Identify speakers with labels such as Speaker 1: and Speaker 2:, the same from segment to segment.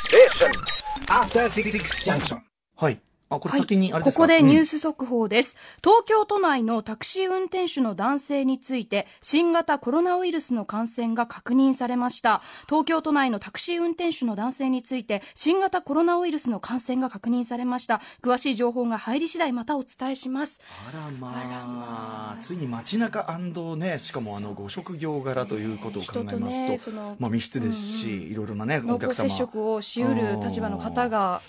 Speaker 1: Station.
Speaker 2: After Six Junction.
Speaker 3: はい。あ、これ
Speaker 4: はい
Speaker 3: 先に、あれで
Speaker 4: こ
Speaker 3: すか、
Speaker 4: こでニュー
Speaker 3: ス。
Speaker 4: ス速報です、東京都内のタクシー運転手の男性について新型コロナウイルスの感染が確認されました東京都内のタクシー運転手の男性について新型コロナウイルスの感染が確認されました詳しい情報が入り次第またお伝えします
Speaker 3: あらまあ
Speaker 4: あらまあ
Speaker 3: ついに街中ね、しかもあの、ご職業柄ということを考えますと、
Speaker 4: 人とねその
Speaker 3: まあ密室ですし、いろいろなね、お
Speaker 4: 濃
Speaker 3: 客
Speaker 4: 厚
Speaker 3: 様。
Speaker 4: 接触をしうる立場の方が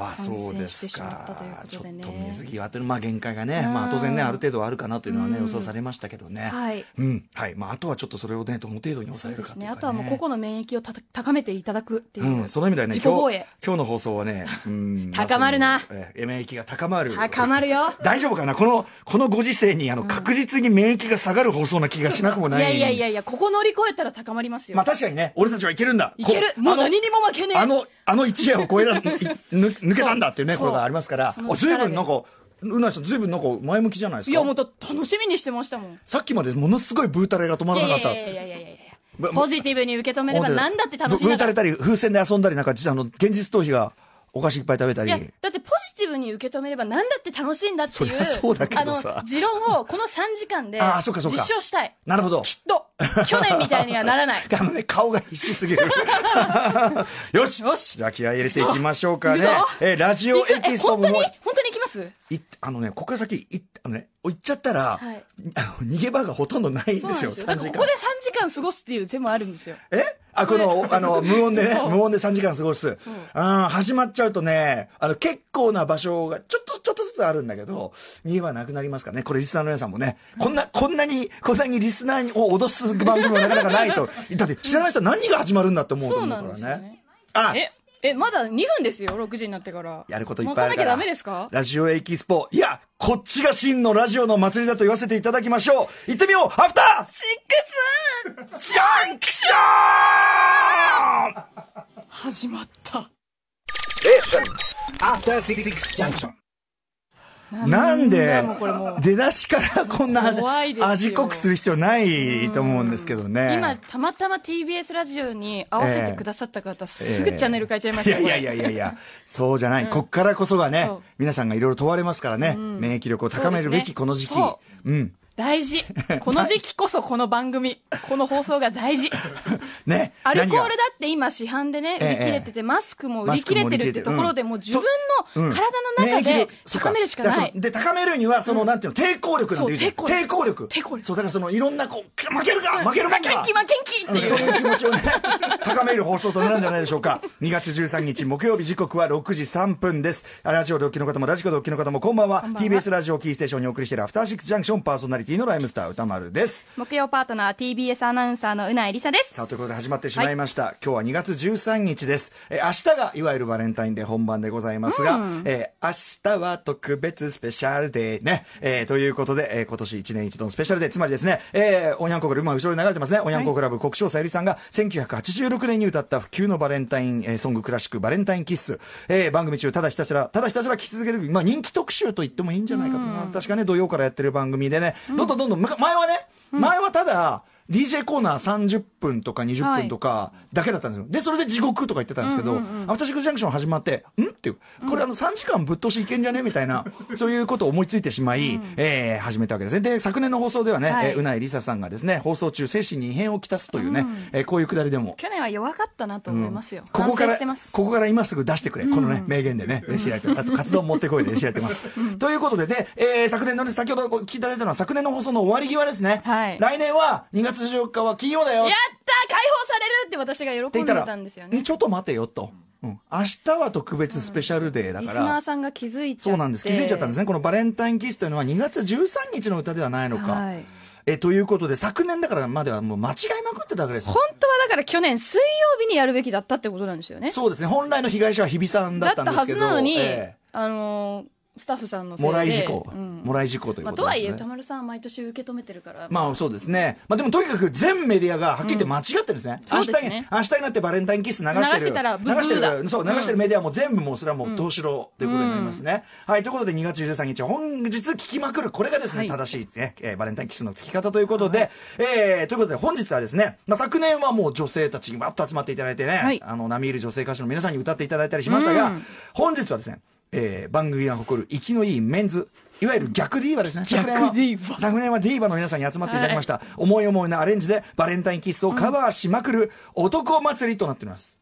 Speaker 3: あそうです
Speaker 4: 感染してしまったという
Speaker 3: か
Speaker 4: こ
Speaker 3: ちょ
Speaker 4: と
Speaker 3: っ
Speaker 4: でね
Speaker 3: と水際という、まあ、限界がね、
Speaker 4: うん
Speaker 3: まあ、当然ねある程度はあるかなというのはね、
Speaker 4: うん
Speaker 3: 予想されましたけどね、
Speaker 4: はい
Speaker 3: うんはいまあ、あとはちょっとそれをねどの程度に
Speaker 4: そ
Speaker 3: 抑
Speaker 4: う
Speaker 3: える
Speaker 4: で
Speaker 3: か
Speaker 4: す
Speaker 3: とい
Speaker 4: ね
Speaker 3: うか、ね、
Speaker 4: あとはもう個々の免疫をたた高めていただくっていう、
Speaker 3: うん、その意味ではね
Speaker 4: 自己
Speaker 3: 今日
Speaker 4: 防衛
Speaker 3: 今日の放送はね、うん、
Speaker 4: 高まるな
Speaker 3: まあそのええ免疫が高まる
Speaker 4: 高まるよ
Speaker 3: 大丈夫かなこのこのご時世にあの、確実に免疫が下がる放送な気がしなくもない
Speaker 4: いやいやいやいやここ乗り越えたら高まりますよ、
Speaker 3: まあ確かにね俺たちはいけるんだ
Speaker 4: いける
Speaker 3: こ
Speaker 4: もう
Speaker 3: あの
Speaker 4: 何にも負けねえ
Speaker 3: あの、あの一夜を超えら、 い抜抜けたんだっていうね、
Speaker 4: そう
Speaker 3: ことがありますから、
Speaker 4: そう
Speaker 3: あずいぶんなんか、うなぎさん、ずいぶんなんか前向きじゃないです
Speaker 4: いやも
Speaker 3: か
Speaker 4: う。だ楽しみにしてましたもん
Speaker 3: さっきまでものすごいブータレが止ま
Speaker 4: い
Speaker 3: ら
Speaker 4: や
Speaker 3: ないか
Speaker 4: や
Speaker 3: っ
Speaker 4: い
Speaker 3: た。
Speaker 4: やいやいやいやい
Speaker 3: ぶ
Speaker 4: やポジティブに受け止めれば
Speaker 3: 本当に
Speaker 4: 何だって楽しいん
Speaker 3: ブ
Speaker 4: だ
Speaker 3: ータ
Speaker 4: か
Speaker 3: レ
Speaker 4: ら
Speaker 3: たり、風船で遊んだり、なんか、実はあの、現実逃避がお菓子いっぱい食べた
Speaker 4: い
Speaker 3: り。
Speaker 4: やだってポジティブに受け止めれば何だって楽しいんだってい
Speaker 3: そうりゃそうだけどさ
Speaker 4: あの持論をこの3時間で
Speaker 3: あーそっかそっか
Speaker 4: 実証したい
Speaker 3: なるほど。
Speaker 4: きっと去年みたいにはな らない
Speaker 3: あのね、顔が必死すぎ る。よし
Speaker 4: よし
Speaker 3: じゃあ気合い入れていきましょうかね
Speaker 4: 行くぞ。
Speaker 3: えー、ラジオエキスポ
Speaker 4: え本当に
Speaker 3: も
Speaker 4: 本、当に行きます
Speaker 3: いあのね、ここから先、いあのね、行っちゃったら、
Speaker 4: はい
Speaker 3: あの逃げ場がほとんどないんで
Speaker 4: そうなん
Speaker 3: すよ、
Speaker 4: ですよだ
Speaker 3: 3
Speaker 4: から
Speaker 3: 時
Speaker 4: こ
Speaker 3: 間
Speaker 4: こ。で3時間過ごすっていう手もあるんですよ
Speaker 3: えあ、この、あの、無音でね
Speaker 4: そ、 う
Speaker 3: 無音で3時間過ごす。うん、始まっちゃうとね、あの、結構な場所が、ちょっと、ちょっとずつあるんだけど、逃げ場なくなりますからね。これリスナーの皆さんもね、こんな、こんなに、こんなにリスナーを脅す番組はなかなかない と。だって、知らない人は何が始まるんだって思うと
Speaker 4: そう
Speaker 3: 思う
Speaker 4: な
Speaker 3: か
Speaker 4: んですよ
Speaker 3: ら
Speaker 4: ね
Speaker 3: ね。あ、
Speaker 4: ええまだ2分ですよ6時になってから
Speaker 3: やることいっぱいあるか。
Speaker 4: 巻からなきゃダメですか
Speaker 3: ラジオエキスポ。いや、こっちが真のラジオの祭りだと言わせていただきましょう。行ってみようアフター
Speaker 4: シックス
Speaker 3: ジャンクション
Speaker 4: 始まった
Speaker 1: Station.
Speaker 2: After Six Junction.
Speaker 3: なんで
Speaker 4: もうこれもう、
Speaker 3: 出だしからこんな
Speaker 4: 怖いですよ
Speaker 3: 味濃くする必要ないと思うんですけどね。
Speaker 4: 今たまたま TBS ラジオに合わせてくださった方、すぐチャンネル変えちゃいま
Speaker 3: い
Speaker 4: し
Speaker 3: や
Speaker 4: たよ
Speaker 3: い
Speaker 4: こ
Speaker 3: や
Speaker 4: れ
Speaker 3: いやいやいや、そうじゃない。こっからこそがね
Speaker 4: そう、
Speaker 3: 皆さんがいろいろ問われますからね、免疫力を高めるべ
Speaker 4: そうです
Speaker 3: き
Speaker 4: ね
Speaker 3: この時期。
Speaker 4: そ
Speaker 3: うん。
Speaker 4: 大事この時期こそこの番組この放送が大 事
Speaker 3: ね。
Speaker 4: アルコー
Speaker 3: 何
Speaker 4: ル
Speaker 3: が
Speaker 4: だって今市販でね
Speaker 3: え
Speaker 4: 売
Speaker 3: え
Speaker 4: り切れてて、マスクも売り切れてるってところでもう自分
Speaker 3: うん
Speaker 4: の体
Speaker 3: 免
Speaker 4: の中
Speaker 3: 疫
Speaker 4: で
Speaker 3: 力そうか
Speaker 4: 高めるしかな
Speaker 3: だら
Speaker 4: い
Speaker 3: そので、高めるには、その、なんていうの、抵抗力なんていうじゃん
Speaker 4: そう抵
Speaker 3: 抗力。
Speaker 4: 抵抗力
Speaker 3: そう、だからその、いろんな、こう、負けるか負けるま
Speaker 4: 元気負けんきって
Speaker 3: うん
Speaker 4: いう
Speaker 3: そういう気持ちをね、 高める放送となるんじゃないでしょうか。2月13日木曜日時刻は6時3分です。ラジオでお聞きの方もラジコでお聞きの方もこんばんは。
Speaker 4: んばんは
Speaker 3: TBS ラジオキーステーションにお送りしているアフターシックスジャンクションパーソナリティのライムスター歌丸です。
Speaker 4: 木曜パートナー TBS アナウンサーのうないりさです
Speaker 3: さあ、ということで始まってしまいました。今日は2月13日です。えー明日がいわゆるバレンタインデー本番でございますが、えー明日は特別スペシャルデーね。えーということで、えー今年1年一度のスペシャルデー、つまりですね、えーおにゃんこクラブ、今後ろに流れてますね、おにゃんこクラブ、国章さゆりさんが1986年に歌った不朽のバレンタイン、えーソングクラシック、バレンタインキッス、えー番組中、ただひたすら、ただひたすら聴き続ける、まあ人気特集と言ってもいいんじゃないかと思います。確かね、土曜からやってる番組でね、どんどんどんどん、むか前はね、前はただ、DJ コーナー30分とか20分とかだけだったんですよ。で、それで地獄とか言ってたんですけど、アフターシックスジャンクション始まって、んっていう、これあの3時間ぶっ通しいけんじゃねみたい な、そういうことを思いついてしまい、えー始めたわけですね。で、昨年の放送ではね、
Speaker 4: は
Speaker 3: え
Speaker 4: い
Speaker 3: ーうないりささんがですね、放送中精神に異変をきたすというね、えーこういうくだりでも。
Speaker 4: 去年は弱かったなと思いますよ、
Speaker 3: ここか
Speaker 4: 反省
Speaker 3: ら、
Speaker 4: してま
Speaker 3: こ
Speaker 4: す
Speaker 3: こから今すぐ出してくれ。このね、名言でね、知られてる。あと、活動持ってこいで知られてます。 ということで、で、えー昨年のね、先ほどご聞きいただいたのは昨年の放送の終わり際ですね。
Speaker 4: はい
Speaker 3: 来年は2月14日は金曜だよ。
Speaker 4: やった解放されるって私が
Speaker 3: って言
Speaker 4: 喜
Speaker 3: っ
Speaker 4: ん
Speaker 3: た
Speaker 4: で
Speaker 3: ら、
Speaker 4: たんですよね
Speaker 3: ちょっと待てよと。うん明日は特別スペシャルデーだ
Speaker 4: リ
Speaker 3: か
Speaker 4: スナ
Speaker 3: ら
Speaker 4: ー。さんが気づいちゃって
Speaker 3: そうなんです。気づいちゃったんです
Speaker 4: ね
Speaker 3: ね。このバレンタインキスというのは2月13日の歌ではないのか。
Speaker 4: はい
Speaker 3: え、ということで、昨年だからまではもう間違いまくってたわけですよ
Speaker 4: 本。当はだから去年水曜日にやるべきだったってことなんですよね
Speaker 3: そうですね。本来の被害者は日比さんだ
Speaker 4: だっ
Speaker 3: ったん
Speaker 4: た
Speaker 3: です
Speaker 4: は
Speaker 3: け
Speaker 4: ず
Speaker 3: ど。
Speaker 4: なのに、
Speaker 3: ええ
Speaker 4: あのースタッフさんのせいで
Speaker 3: もらい事故、
Speaker 4: うん
Speaker 3: もらい事故という
Speaker 4: まあ、
Speaker 3: こととで
Speaker 4: は
Speaker 3: す
Speaker 4: い
Speaker 3: ね、
Speaker 4: え、田丸さんは毎年受け止めてるから、
Speaker 3: まあそうですね、まあ、でもとにかく全メディアがはっきり言って間違ってるんですね,、
Speaker 4: そうです
Speaker 3: 明日に
Speaker 4: ね
Speaker 3: 明日になってバレンタインキッス流してる
Speaker 4: 流してたらブブーだ
Speaker 3: 流してるそう流してるメディアも全部もうそれはもうどうしろということになりますね、はいということで2月13日本日聞きまくるこれがですね、
Speaker 4: はい
Speaker 3: 正しい、ねえーバレンタインキッスのつき方ということで、えーということで本日はですね、まあ、昨年はもう女性たちにわっと集まっていただいてね、
Speaker 4: はい
Speaker 3: あの並みいる女性歌手の皆さんに歌っていただいたりしましたが、
Speaker 4: うん
Speaker 3: 本日はですねえー番組が誇る生きのいいメンズいわゆる逆ディーバですね
Speaker 4: 逆
Speaker 3: 昨年は
Speaker 4: ディーバ
Speaker 3: 昨年はディーバの皆さんに集まっていただきました、思い思いのアレンジでバレンタインキッスをカバーしまくる男祭りとなっております、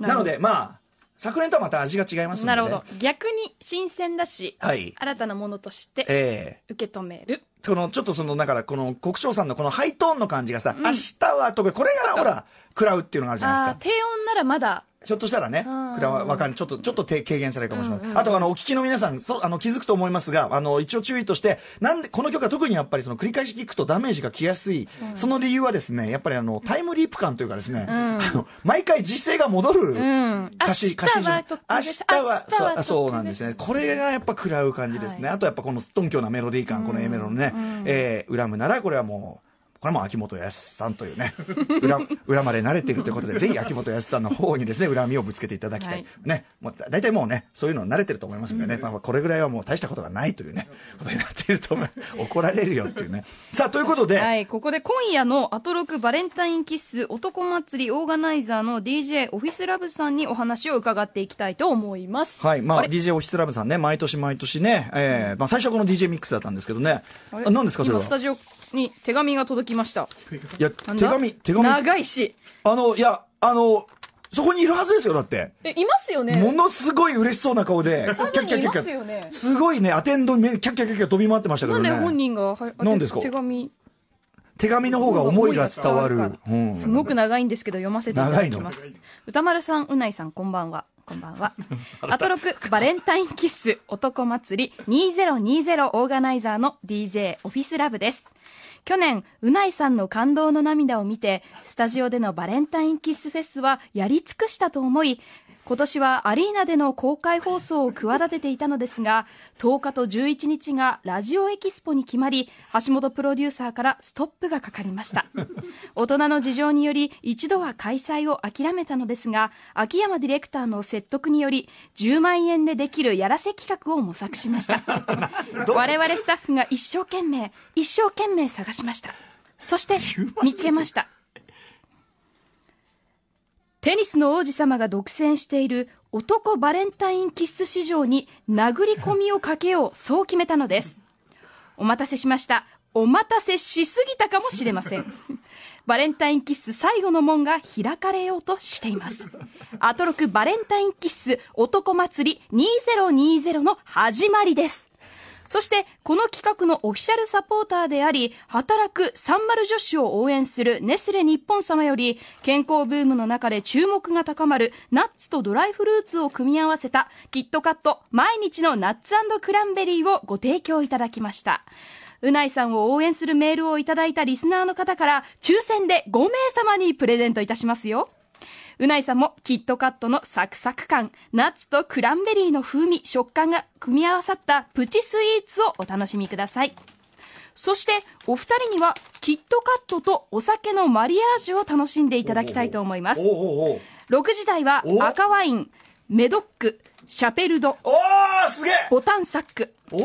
Speaker 4: な
Speaker 3: な
Speaker 4: るほ
Speaker 3: の
Speaker 4: ど
Speaker 3: でまあ昨年とはまた味が違いますので
Speaker 4: なるほど逆に新鮮だし、
Speaker 3: はい
Speaker 4: 新たなものとして
Speaker 3: ええ
Speaker 4: 受け止める
Speaker 3: このちょっとそのだからこの国章さんのこのハイトーンの感じがさ、明日はとかこれがほら食らうっていうのがあるじゃないです
Speaker 4: あ
Speaker 3: か
Speaker 4: ー低温ならまだ
Speaker 3: ひょっとしたらね、
Speaker 4: うん
Speaker 3: これはわかんちょっと、ちょっと低軽減されるかもしれません。あと、あの、お聞きの皆さん、そう、あの、気づくと思いますが、あの、一応注意として、なんで、この曲は特にやっぱりその繰り返し聞くとダメージが来やすい、その理由はですね、やっぱりあの、タイムリープ感というかですね、あの、毎回実勢が戻る
Speaker 4: ん
Speaker 3: 歌詞、
Speaker 4: 明日は
Speaker 3: 歌詞じゃない
Speaker 4: 特
Speaker 3: 明
Speaker 4: 別
Speaker 3: 日は、
Speaker 4: 明日は
Speaker 3: そう
Speaker 4: 特別
Speaker 3: そうなんですね。これがやっぱ食らう感じですね。
Speaker 4: は
Speaker 3: あとやっぱこのすっとんきょうなメロディー感、この A メロのね、えー、恨むならこれはもう、これはもう秋元康さんという ね、恨恨まれ慣れているということで、ぜひ秋元康さんの方にですね、恨みをぶつけていただきたい。
Speaker 4: はい
Speaker 3: ね、もうだ大体もうね、そういうの慣れてると思いますんでね、まあ、これぐらいはもう大したことがないというね、ことになっていると 思う。怒られるよっていうね。さあ、ということ で、
Speaker 4: はい、ここで今夜のアトロクバレンタインキッス男祭りオーガナイザーの DJ オフィスラブさんにお話を伺っていきたいと思います。
Speaker 3: はい、まあ、
Speaker 4: れ
Speaker 3: DJ オフィスラブさんね、毎年毎年ね、えーまあ、最初はこの DJ ミックスだったんですけどね、
Speaker 4: あれ
Speaker 3: あ何ですか、それ
Speaker 4: 今
Speaker 3: は
Speaker 4: ス。タジオに手紙が届きました。
Speaker 3: いや、
Speaker 4: なん
Speaker 3: 手
Speaker 4: だ
Speaker 3: 紙、手紙。
Speaker 4: 長いし。
Speaker 3: あの、いや、あの、そこにいるはずですよ、だって。
Speaker 4: え、いますよね。
Speaker 3: ものすごい嬉しそうな顔で、キャ
Speaker 4: サウ
Speaker 3: ッ
Speaker 4: ナ
Speaker 3: キャッ
Speaker 4: に
Speaker 3: キャッキャッキャ
Speaker 4: いますよね
Speaker 3: すごいね、アテンドにめキャッキャッキャッキャッ飛び回ってましたけ
Speaker 4: な
Speaker 3: ど
Speaker 4: ん
Speaker 3: ね。
Speaker 4: で本人がは
Speaker 3: 何ですか
Speaker 4: 手紙
Speaker 3: 手紙の方が思いが伝わる。うん
Speaker 4: すごく長いんですけど読ませていただきます
Speaker 3: 長
Speaker 4: 歌丸さんうないさんこんばんはこんばん はアトロクバレンタインキッス男祭り2020オーガナイザーの DJ オフィスラブです去年うないさんの感動の涙を見てスタジオでのバレンタインキッスフェスはやり尽くしたと思い今年はアリーナでの公開放送を企てていたのですが10日と11日がラジオエキスポに決まり橋本プロデューサーからストップがかかりました大人の事情により一度は開催を諦めたのですが秋山ディレクターの説得により10万円でできるやらせ企画を模索しました我々スタッフが一生懸命一生懸命探しましたそして見つけましたテニスの王子様が独占している男バレンタインキッス市場に殴り込みをかけよう、そう決めたのです。お待たせしました。お待たせしすぎたかもしれません。バレンタインキッス最後の門が開かれようとしています。アトロクバレンタインキッス男祭り2020の始まりです。そして、この企画のオフィシャルサポーターであり、働く三丸女子を応援するネスレ日本様より、健康ブームの中で注目が高まるナッツとドライフルーツを組み合わせた、キットカット毎日のナッツクランベリーをご提供いただきました。うないさんを応援するメールをいただいたリスナーの方から、抽選で5名様にプレゼントいたしますよ。うないさんもキットカットのサクサク感、ナッツとクランベリーの風味、食感が組み合わさったプチスイーツをお楽しみください。そして、お二人には、キットカットとお酒のマリアージュを楽しんでいただきたいと思います
Speaker 3: お。うおうおう
Speaker 4: 6時台は、
Speaker 3: お
Speaker 4: 赤ワイン、メドック、シャペルド、
Speaker 3: おーすげえ
Speaker 4: ボタンサック。そ
Speaker 3: おー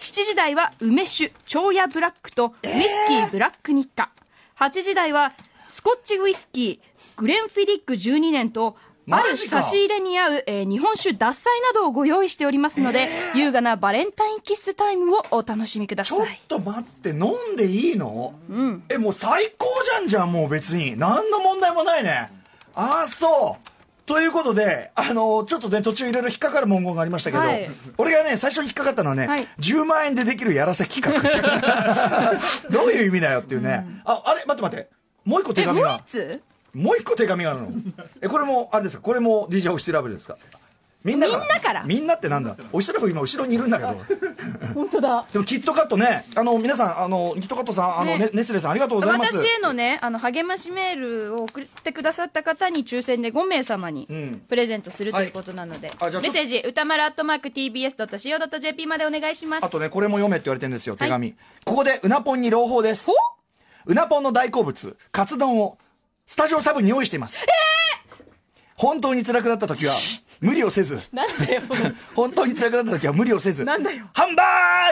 Speaker 4: して7時台は梅酒、蝶やブラックとウイスキーブラック日課。8時台はスコッチウイスキー、グレンフィディック12年と、あ
Speaker 3: マ
Speaker 4: る
Speaker 3: ジか
Speaker 4: 差し入れに合う、えー日本酒獺祭などをご用意しておりますので、優雅なバレンタインキッスタイムをお楽しみくだ
Speaker 3: ち
Speaker 4: さ
Speaker 3: ょっ
Speaker 4: い。
Speaker 3: と待って、飲んでいいの、え、もう最高じゃんじゃん、もう別に。何の問題もないね。ああ、そう。ということで、あのちょっとね、途中いろいろ引っかかる文言がありましたけど、
Speaker 4: はい
Speaker 3: 俺がね、最初に引っかかったのはね、
Speaker 4: はい
Speaker 3: 10万円でできるやらせ企 画。どういう意味だよっていうね。あ、あれ、待って待って。もう一個手
Speaker 4: え、も
Speaker 3: 紙
Speaker 4: う
Speaker 3: が
Speaker 4: 一。つ
Speaker 3: もう一個手紙がある の。え、これも、あれですかこれも DJ オフィスラブですかみんなから。
Speaker 4: みんなから
Speaker 3: みんなってなんだオフィスラブ今後ろにいるんだけど。
Speaker 4: 本当だ
Speaker 3: でもキットカットね、あの皆さん、あのキットカットさん、あの
Speaker 4: ね
Speaker 3: ねネスレさん、ありがとうございます。
Speaker 4: 私へのねあの励ましメールを送ってくださった方に抽選で5名様に
Speaker 3: うん
Speaker 4: プレゼントすると
Speaker 3: はい
Speaker 4: いうことなので、
Speaker 3: あじゃあちょ
Speaker 4: メッ
Speaker 3: っと
Speaker 4: セージ歌丸アットマーク TBS.CO.JP までお願いします
Speaker 3: あとね、これも読めって言われてるんですよ、手紙。ここで、うなぽんに朗報です。うなぽんの大好物、カツ丼を、スタジオサブに用意しています。本当に辛くなった時は、無理をせず、
Speaker 4: なんだよ
Speaker 3: 本当に辛くなった時は無理をせず、
Speaker 4: なんだよ
Speaker 3: ハンバ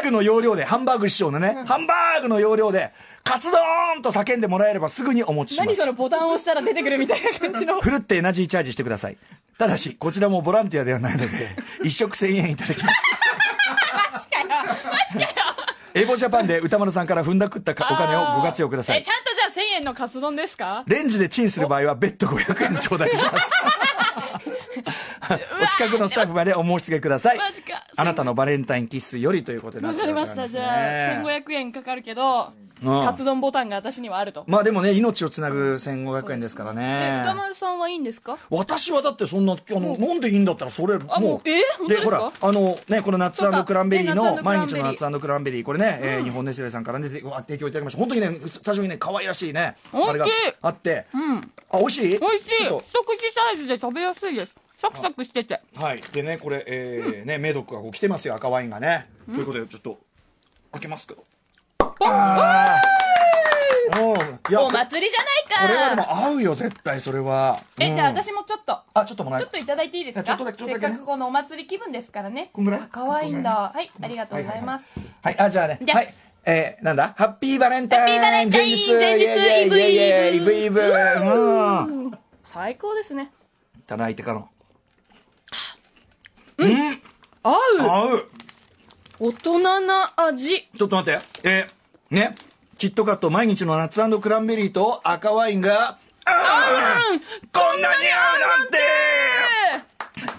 Speaker 3: ーグの要領で、ハンバーグ師匠のね、ハンバーグの要領で、カツ丼と叫んでもらえればすぐにお持ちします。
Speaker 4: のボタンを押したら出てくるみたいな感 じの
Speaker 3: ふるってエナジーチャージしてください。ただし、こちらもボランティアではないので、 一食1000円いただきます。エボジャパンで歌丸さんから踏んだくったかお金をご活用ください
Speaker 1: え。ちゃんとじゃあ1000円のカツ丼ですか
Speaker 3: レンジでチンする場合は別途500円頂戴 します。お近くのスタッフまでお申し付けください
Speaker 1: マジか。
Speaker 3: あなたのバレンタインキッスよりということになっ
Speaker 1: わ
Speaker 3: て
Speaker 1: かり
Speaker 3: るわ
Speaker 1: ま
Speaker 3: け
Speaker 1: し
Speaker 3: な
Speaker 1: た
Speaker 3: んです
Speaker 1: じゃ
Speaker 3: ね
Speaker 1: あ1500円かかるけど
Speaker 3: うん
Speaker 1: カツ丼ボタンが私にはあると
Speaker 3: まあでもね、命をつなぐ1500円ですからね。
Speaker 4: 歌丸さんはいいんですか
Speaker 3: 私はだってそんなあの飲んでいいんだったらそれもう
Speaker 1: あもうえ本当
Speaker 3: で
Speaker 1: ですか
Speaker 3: ほらあのねこのナッ
Speaker 1: そう
Speaker 3: ツ
Speaker 1: か
Speaker 3: クランベリー
Speaker 1: ねナッ
Speaker 3: の
Speaker 1: ツクランベリー
Speaker 3: 毎日のナッツクランベリーこれね、えー日本ネスレさんから出てご提供いただきました本当にね最初にね可愛らしいね
Speaker 1: 大きい
Speaker 3: あれがあって、あ美味しい
Speaker 1: 美味しい
Speaker 3: ちょ
Speaker 1: 一
Speaker 3: っ
Speaker 1: 口サイズで食べやすいですサクサクしてて
Speaker 3: とはいでねこれ、えーねメイドックがこう来てますよ赤ワインがね、ということでちょっと開けますけどああーうんいや
Speaker 1: お
Speaker 3: こ
Speaker 1: 祭りじ
Speaker 3: これは
Speaker 1: ゃ
Speaker 3: で
Speaker 1: ないか
Speaker 3: も合うよ絶対それは
Speaker 1: えじゃあ
Speaker 3: うん
Speaker 1: 私もちょっと
Speaker 3: あちょっともらえ
Speaker 1: ちょっといただいていいですか
Speaker 3: ちょっとだけちょっとだけね
Speaker 1: せっかくこのお祭り気分ですからね
Speaker 3: こんぐらい
Speaker 1: あ可愛いんだはいありがとうございます
Speaker 3: はい、あ、じゃあね。
Speaker 1: じゃあ
Speaker 3: はい。えー、なんだハッピーバレンタイ
Speaker 1: ハッピ
Speaker 3: ン
Speaker 1: ーバレンタイン
Speaker 3: 前日
Speaker 1: 前日
Speaker 3: イエイイエイイエイイブイブうん。
Speaker 1: 最高ですね
Speaker 3: いただいてからの。
Speaker 4: 合う
Speaker 3: 合う
Speaker 4: 大人な味
Speaker 3: ちょっと待って。えー、ね。キットカット毎日のナッツクランベリーと赤ワインが、あーこんなに合うなんて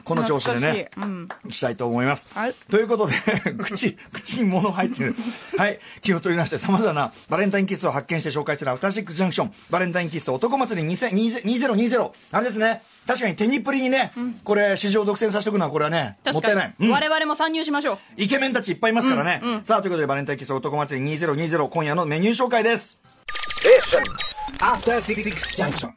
Speaker 3: この調子でね。
Speaker 4: 懐かしい
Speaker 3: したいと思います。
Speaker 4: はい
Speaker 3: ということで、 口、口に物 入ってる。はい。気を取り直して様々なバレンタインキッスを発見して紹介するアフターシックスジャンクション、バレンタインキッス男祭り2020 2020。あれですね。確かに手にプリにね、これ、市場独占させておくのはこれはね、も
Speaker 1: 確
Speaker 3: ったいな
Speaker 1: か
Speaker 3: い。う
Speaker 1: に
Speaker 3: ん
Speaker 1: 我々も参入しましょう
Speaker 3: イケメンたちいっぱいいますからね。さあ、ということで、バレンタインキッス男祭り2020、今夜のメニュー紹介です。
Speaker 2: After Six Junction.